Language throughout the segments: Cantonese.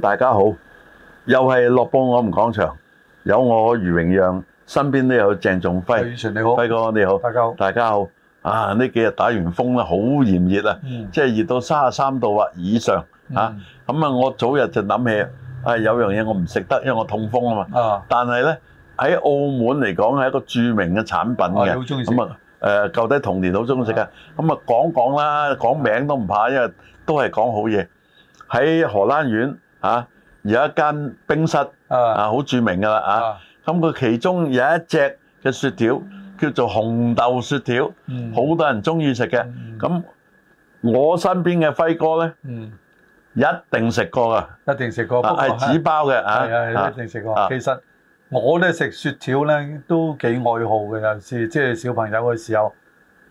大家好，又係樂報我們講場，有我余榮讓，身邊都有鄭仲輝，魏晨你好，輝哥你好，大家好。大家好。啊，呢幾日打完風咧，好炎熱啊，嗯，即係熱到三十三度或以上啊。嗯咁啊，我早日就諗起啊，有樣嘢我唔食得，因為我痛風啊嘛。啊，但係咧喺澳門嚟講係一個著名嘅產品我嘅哋。好中意食咁啊誒，舊底童年好中意食嘅，咁啊講講啦，講名都唔怕，因為都係講好嘢。喺荷蘭苑啊，有一間冰室啊，啊好著名㗎啦啊。啊，咁佢其中有一隻嘅雪條叫做紅豆雪條，嗯好多人中意食嘅。嗯咁我身邊嘅輝哥咧，嗯，一定食過㗎，一定食過，不過係紙包嘅啊係啊，啊一定食啊過。其實我咧食雪條咧都幾愛好嘅，尤其是即係小朋友嘅時候。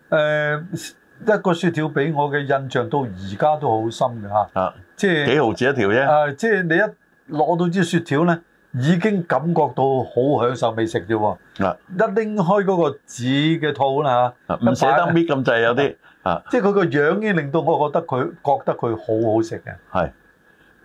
Ờ, 誒，一個雪條俾我嘅印象到而家都好深嘅嚇，啊，即係幾毫子一條啫。誒，即係你一攞到支雪條咧，已經感覺到好享受美食啫喎。啊一拎開嗰個紙嘅套啦嚇。啊唔捨得搣咁滯有啲啊，即係佢個樣已經令到我覺得佢覺得佢好好食嘅。係。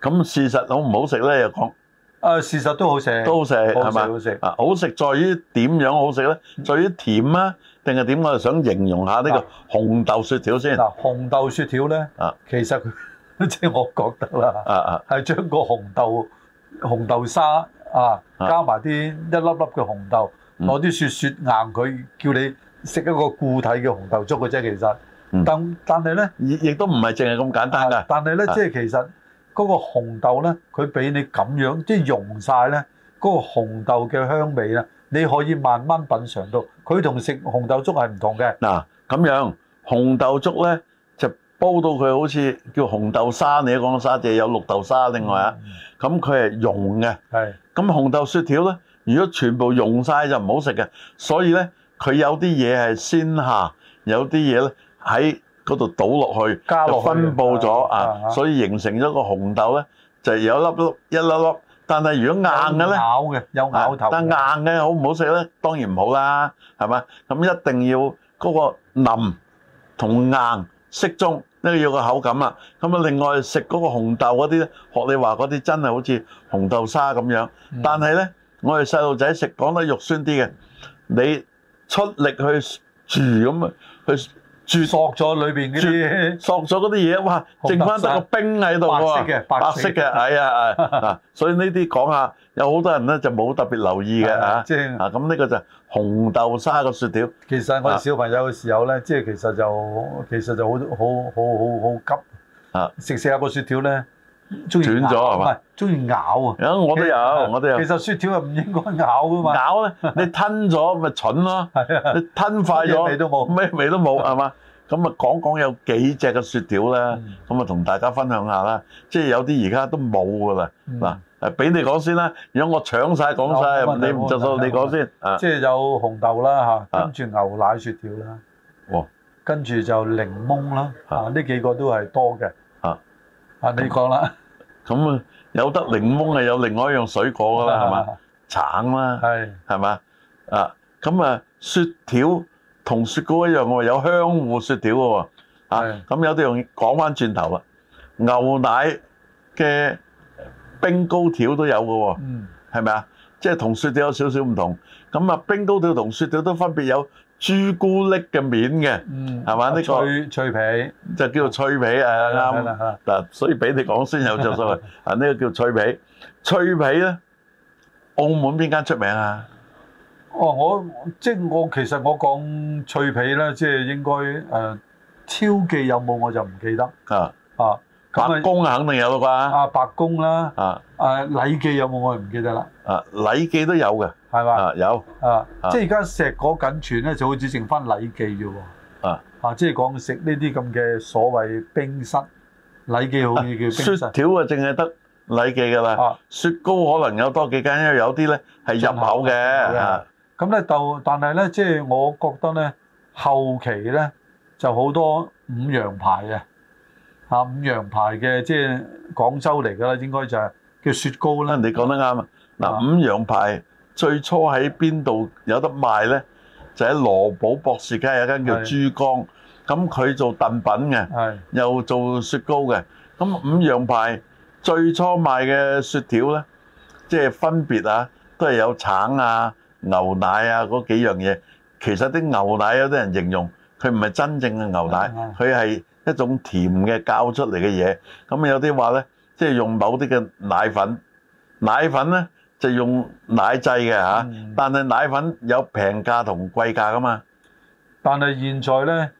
咁事實好唔好食咧？又講。啊，事實都好食，都好食係好食嘛？好食。啊，好食在於點樣好食咧？在於甜啊，定係點？我哋想形容下呢啊個紅豆雪條先。啊嗱，紅豆雪條咧啊，其實佢 即係我覺得啦，啊係將個紅豆紅豆沙啊，啊加埋啲一粒粒嘅紅豆，嗯攞啲雪雪硬佢，叫你食一個固體嘅紅豆粥嘅啫。其實嗯，但但係咧，亦亦都唔係淨係咁簡單㗎。但係咧，啊即係其實嗰個紅豆咧，佢俾你咁樣即係溶晒咧，嗰個紅豆嘅香味咧，你可以慢慢品嚐到。佢同食紅豆粥係唔同嘅，嗱，咁樣紅豆粥咧就煲到佢好似叫紅豆沙，你都講沙姐有綠豆沙，另外啊，咁佢係溶嘅。係咁紅豆雪條咧，如果全部溶晒就唔好食嘅。所以咧，佢有啲嘢係先下，有啲嘢咧喺嗰度倒落去。加就落去嘅分佈咗啊，啊所以形成咗個紅豆咧，就有粒粒一粒粒。但係如果硬啊嘅有咧，咬嘅，有啊咬頭嘅。但硬嘅好唔好食咧？當然唔好啦，係嘛？咁一定要嗰個腍同硬適中，呢個要個口感啊。咁啊，另外食嗰個紅豆嗰啲咧，學你話嗰啲真係好似紅豆沙咁樣。嗯但係咧，我哋細路仔食講得肉酸啲嘅，你出力去住咁啊，去啜索咗裏邊嗰啲索咗嗰啲嘢，哇，剩紅豆翻得沙個冰喺度喎，白色嘅白白色色嘅嘅，哎呀，啊，所以呢啲講下，有好多人咧就冇特別留意嘅啊，即係啊，咁呢個就係紅豆沙嘅雪條，其實我哋小朋友嘅時候咧，即係其實就其實就好好好好好啊急，食食下個雪條咧，中意斷咗咬係嘛唔係中意咬啊！啊，我都有，我都有其，實雪條係唔應該咬噶嘛，咬咧你吞咗咪蠢 咯，係啊，你吞快 乜嘢咗味都冇咩味都冇係嘛？咁啊講講有幾隻嘅雪條啦，嗯咁啊同大家分享下啦，即係有啲而家都冇㗎啦，嗯嗱，誒俾你講先啦，如果我搶晒講晒，冇問哦啊題你唔着數冇問題你講先啊，即係有紅豆啦嚇，啊跟住牛奶雪條啦，哇，跟住就檸檬啦，啊啊呢幾個都係多嘅。啊啊，你講啦，咁啊有得檸檬係有另外一樣水果㗎啦，係嘛？橙啦，係係嘛？啊，咁啊，雪條同雪糕一樣喎，有香芋雪條嘅喎。啊係，咁有啲用講翻轉頭啦，啊牛奶嘅冰糕條都有嘅喎，嗯係咪啊？即係同雪條有少少唔同。咁啊，冰糕條同雪條都分別有朱古力嘅面嘅，嗯，係嘛呢個脆脆皮就叫做脆皮誒係啦係啱。啦嗱，所以俾你講先有 着數啊！啊，呢個叫脆皮，脆皮咧，澳門邊間出名啊？哦，我即係我其實我講脆皮咧，即係應該誒超記有冇我就唔記得啊！啊。白咁宮肯定有啊，啦啊白宮啦，啩，啊誒禮記有冇我就唔記得啦，啊禮記都有嘅，係嘛？啊有啊啊，即係而家石果緊存咧，就好似剩翻禮記啫喎。啊，啊，即係講食呢啲咁嘅所謂冰室，禮記好似叫雪條冰室啊，淨係得禮記㗎啦，啊。雪糕可能有多幾間，因為有啲咧係入口嘅進口嘅啊咁咧就，但係咧，即係我覺得咧，後期咧就好多五羊牌嘅嚇，五羊牌嘅即係廣州嚟㗎啦，應該就係叫雪糕可啦能。你講得啱啊！啊嗱，五羊牌最初喺邊度有得賣咧？就喺羅寶博士街有一間叫珠江，咁佢做燉品嘅，係又做雪糕嘅。咁五羊牌最初賣嘅雪條咧，即係分別啊，都係有橙啊、牛奶啊嗰幾樣嘢。其實啲牛奶有啲人形容佢唔係真正嘅牛奶嗯，佢係一種甜嘅教出嚟嘅嘢。咁有啲話咧，即係用某啲嘅奶粉，奶粉咧就用奶製嘅嚇嗯，但係奶粉有平價同貴價噶嘛。但係現在咧，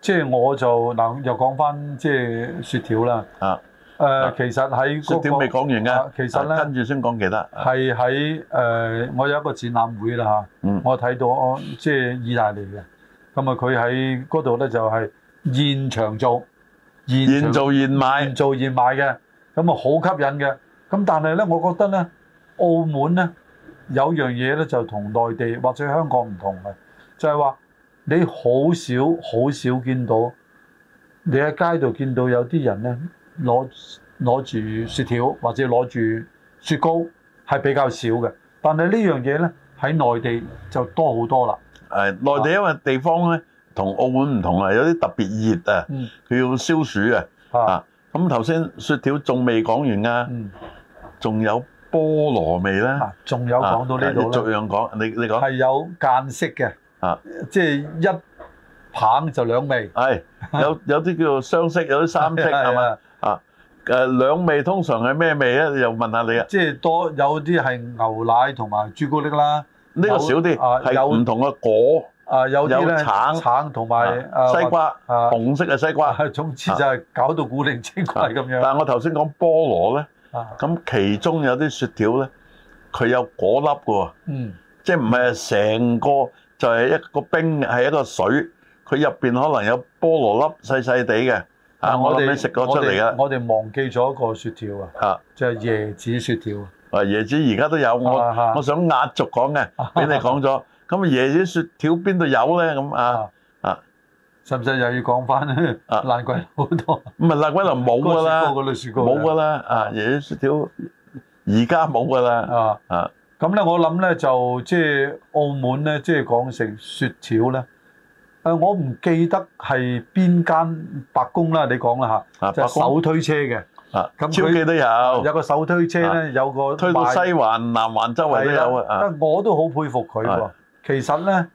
即係我就嗱，又講翻即係雪條啦。啊，誒、啊其實喺嗰、雪條未講完啊㗎，其實呢啊跟住先講其他。啊係喺誒，我有一個展覽會啦嚇，嗯我睇到我即係意大利嘅，咁啊佢喺嗰度咧就係、現場做，現現做現買現。做現賣嘅，咁啊好吸引嘅。咁但係咧，我覺得咧，澳門咧有樣嘢咧就同內地或者香港唔同嘅，就係、話你好少好少見到你喺街度見到有啲人咧攞攞住雪條或者攞住雪糕係比較少嘅。但係呢樣嘢咧喺內地就多好多啦。誒內地因為地方咧同澳門唔同啊，有啲特別熱啊，嗯佢要消暑啊。啊啊，咁頭先雪條仲未講完啊，嗯仲有菠蘿味啦。啊，仲有講到呢啊你度咧逐。樣講，你你講係有間式嘅，啊，即係一棒就兩味，係 有有啲叫做雙色，有啲三色係係嘛？啊？啊誒兩味通常係咩味咧？又問下你啊。即係多有啲係牛奶同埋朱古力啦，呢個有少啲，啊有係唔同嘅果，啊有啲咧有橙橙同啊埋啊西瓜，啊，紅色嘅西瓜。啊 總之就係搞到古靈精怪咁樣但係我頭先講菠蘿咧，啊，咁其中有啲雪條咧，佢有果粒嘅喎。嗯即係唔係成個就係一個冰係一個水，佢入邊可能有菠蘿粒細細地嘅。啊，我諗你食過出嚟㗎啦我哋我哋忘記咗一個雪條啊，啊，就係椰子雪條啊啊椰子而家都有，我啊啊我想壓軸講嘅，俾你講咗。咁椰子雪條邊度有咧？咁啊，啊，使唔使又要講翻咧？啊 爛鬼好多，唔係啊辣鬼就冇㗎啦，嗰類雪糕，冇㗎啦。啊，椰子雪條而家冇㗎啦。啊。啊，咁咧，我諗咧就即係澳門咧，即係講成雪條咧。誒，我唔記得係邊間白宮啦，你講啦啊嚇，就係白宮手推車嘅，啊，咁超佢記都有，有個手推車咧，有個啊推到賣西環、南環周圍都有啊。啊係啦我都好佩服佢喎係。其實咧，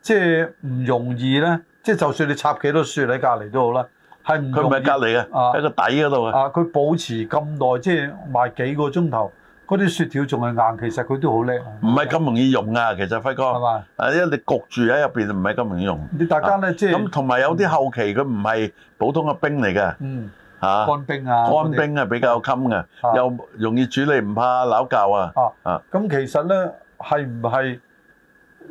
即係唔容易咧，即係就算你插幾多雪喺隔離都好啦，係唔佢唔係容隔易離嘅，啊喺個底嗰度嘅。啊！佢保持咁耐，即係賣幾個鐘頭，嗰啲雪條仲係硬，其實佢都好叻啊，唔係咁容易用啊，其實輝哥。係嘛？啊，因為你焗住喺入邊唔係咁容易用。你大家咧即係咁同埋有啲後期佢唔係普通嘅冰嚟嘅嗯。嚇，乾冰啊，乾冰係比較襟嘅，啊又容易處理，唔怕攪教啊。啊啊咁其實咧，係唔係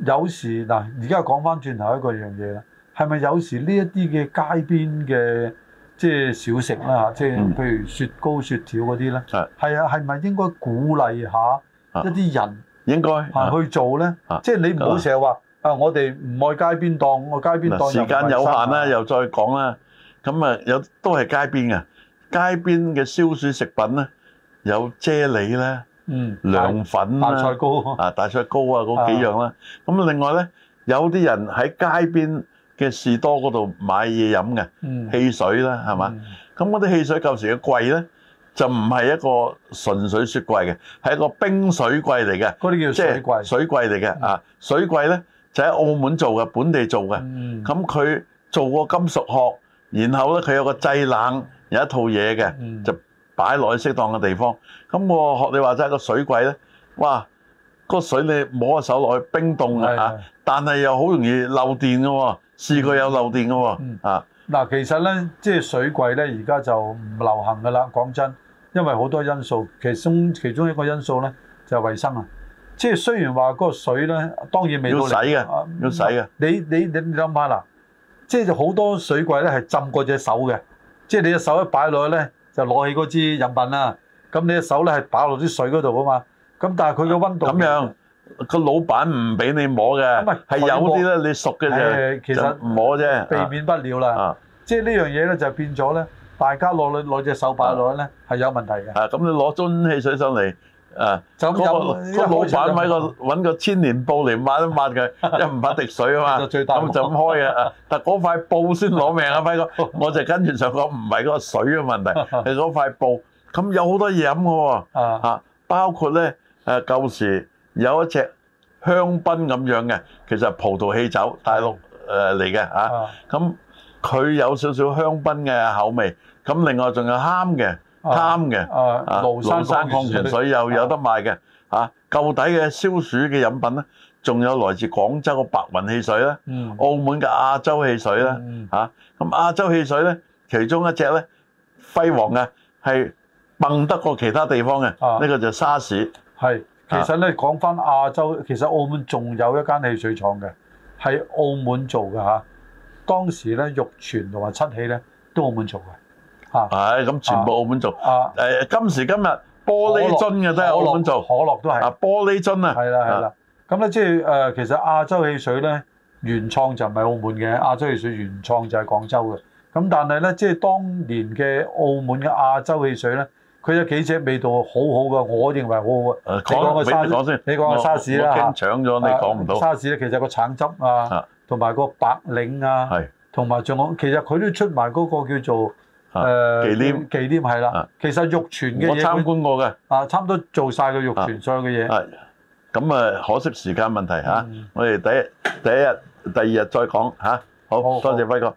有時嗱？而家講翻轉頭一個樣嘢啦，係咪有時呢一啲嘅街邊嘅即係小食啦嚇，即係嗯譬如雪糕、雪條嗰啲咧，係係啊，係咪應該鼓勵下一啲人應該啊啊去做咧啊？即係你唔好啊成日話啊，我哋唔愛街邊檔，我街邊檔嗱時間有限啦，又又唔衞生啊再講啦。咁啊，有都係街邊嘅，街邊嘅消暑食品咧，有啫喱咧、嗯涼粉大啦菜。糕 啊大菜糕啊嗰幾樣啦。咁另外咧，有啲人喺街邊嘅士多嗰度買嘢飲嘅嗯汽水啦， 係嘛？嗯咁嗰啲汽水舊時嘅櫃咧，就唔係一個純水雪櫃嘅，係一個冰水櫃嚟嘅，嗰啲叫即水係櫃，水櫃嚟嘅啊！水櫃咧就喺澳門做嘅，本地做嘅。嗯咁佢做個金屬殼，然後咧佢有個製冷有一套嘢嘅。嗯就擺落去適當嘅地方。咁我學你話齋個水櫃咧，哇！個水你摸下手落去冰凍係嘅係嚇，但係又好容易漏電嘅喎，試過有漏電嘅嗯喎啊！嗱，其實咧，即係水櫃咧，而家就唔流行噶啦。講真，因為好多因素，其中其中一個因素咧就係、衞生啊。即係雖然話嗰個水咧，當然未到要洗嘅啊要洗嘅你你你你諗下啦，即係好多水櫃咧係浸過隻手嘅，即係你隻手一擺落去咧，就攞起嗰支飲品啦。咁你隻手咧係擺落啲水嗰度噶啊嘛。咁但係佢嘅温度咁樣個老闆唔俾你摸咁咪嘅，係有佢啲咧你熟嘅誒啫，其實就唔摸啫。避免不了啦。啊即係呢樣嘢咧就變咗咧，大家攞攞隻手擺落去咧係有問題嘅。啊！咁你攞樽汽水上嚟，誒就嗰咁個飲嗰個老闆一開揾始就個揾個千年布嚟抹一抹 佢，一唔怕滴水啊嘛。就最大鑊咁就咁開嘅。啊但嗰 塊布先攞命啊，輝哥！我就跟住就講唔係嗰個水嘅問題，係嗰塊布。咁有好多嘢飲嘅喎。啊啊，包括咧誒舊時有一隻香檳咁樣嘅，其實係葡萄汽酒，大陸誒嚟嘅嚇。啊咁佢有少少香檳嘅口味，咁另外仲有蝦嘅啊蝦嘅啊啊，廬山廬山礦泉水又有得賣嘅嚇。舊底嘅消暑嘅飲品咧，仲有來自廣州嘅白雲汽水啦，嗯澳門嘅亞洲汽水啦。嗯嚇、咁亞洲汽水咧，其中一隻咧輝煌嘅係蹦得過其他地方嘅，呢、啊個就沙士係，其實咧講翻亞洲，其實澳門仲有一間汽水廠嘅，喺澳門做嘅嚇。當時咧玉泉同埋七喜咧都澳門做嘅嚇。係咁全部澳門做。誒、啊，今時今日玻璃樽嘅都係澳門做，可樂都係，啊玻璃樽啊，係啦係啦。咁咧即係誒，其實亞洲汽水咧原創就唔係澳門嘅，亞洲汽水原創就係廣州嘅。咁但係咧，即係當年嘅澳門嘅亞洲汽水咧，佢有幾隻味道好好嘅，我認為好好嘅。啊。誒你講講個俾沙你講先，你講個我沙士啦我嚇驚搶咗你講唔啊到，沙士咧，其實個橙汁啊啊，同埋個白檸啊，係同埋仲有其實佢都出埋嗰個叫做啊誒忌廉忌廉係啦啊。其實玉泉嘅我嘢參佢觀過嘅。啊，差唔多做晒個玉泉所有嘅嘢。啊，咁啊可惜時間問題嚇，嗯我哋第一第一日第二日再講嚇。好好多謝輝哥。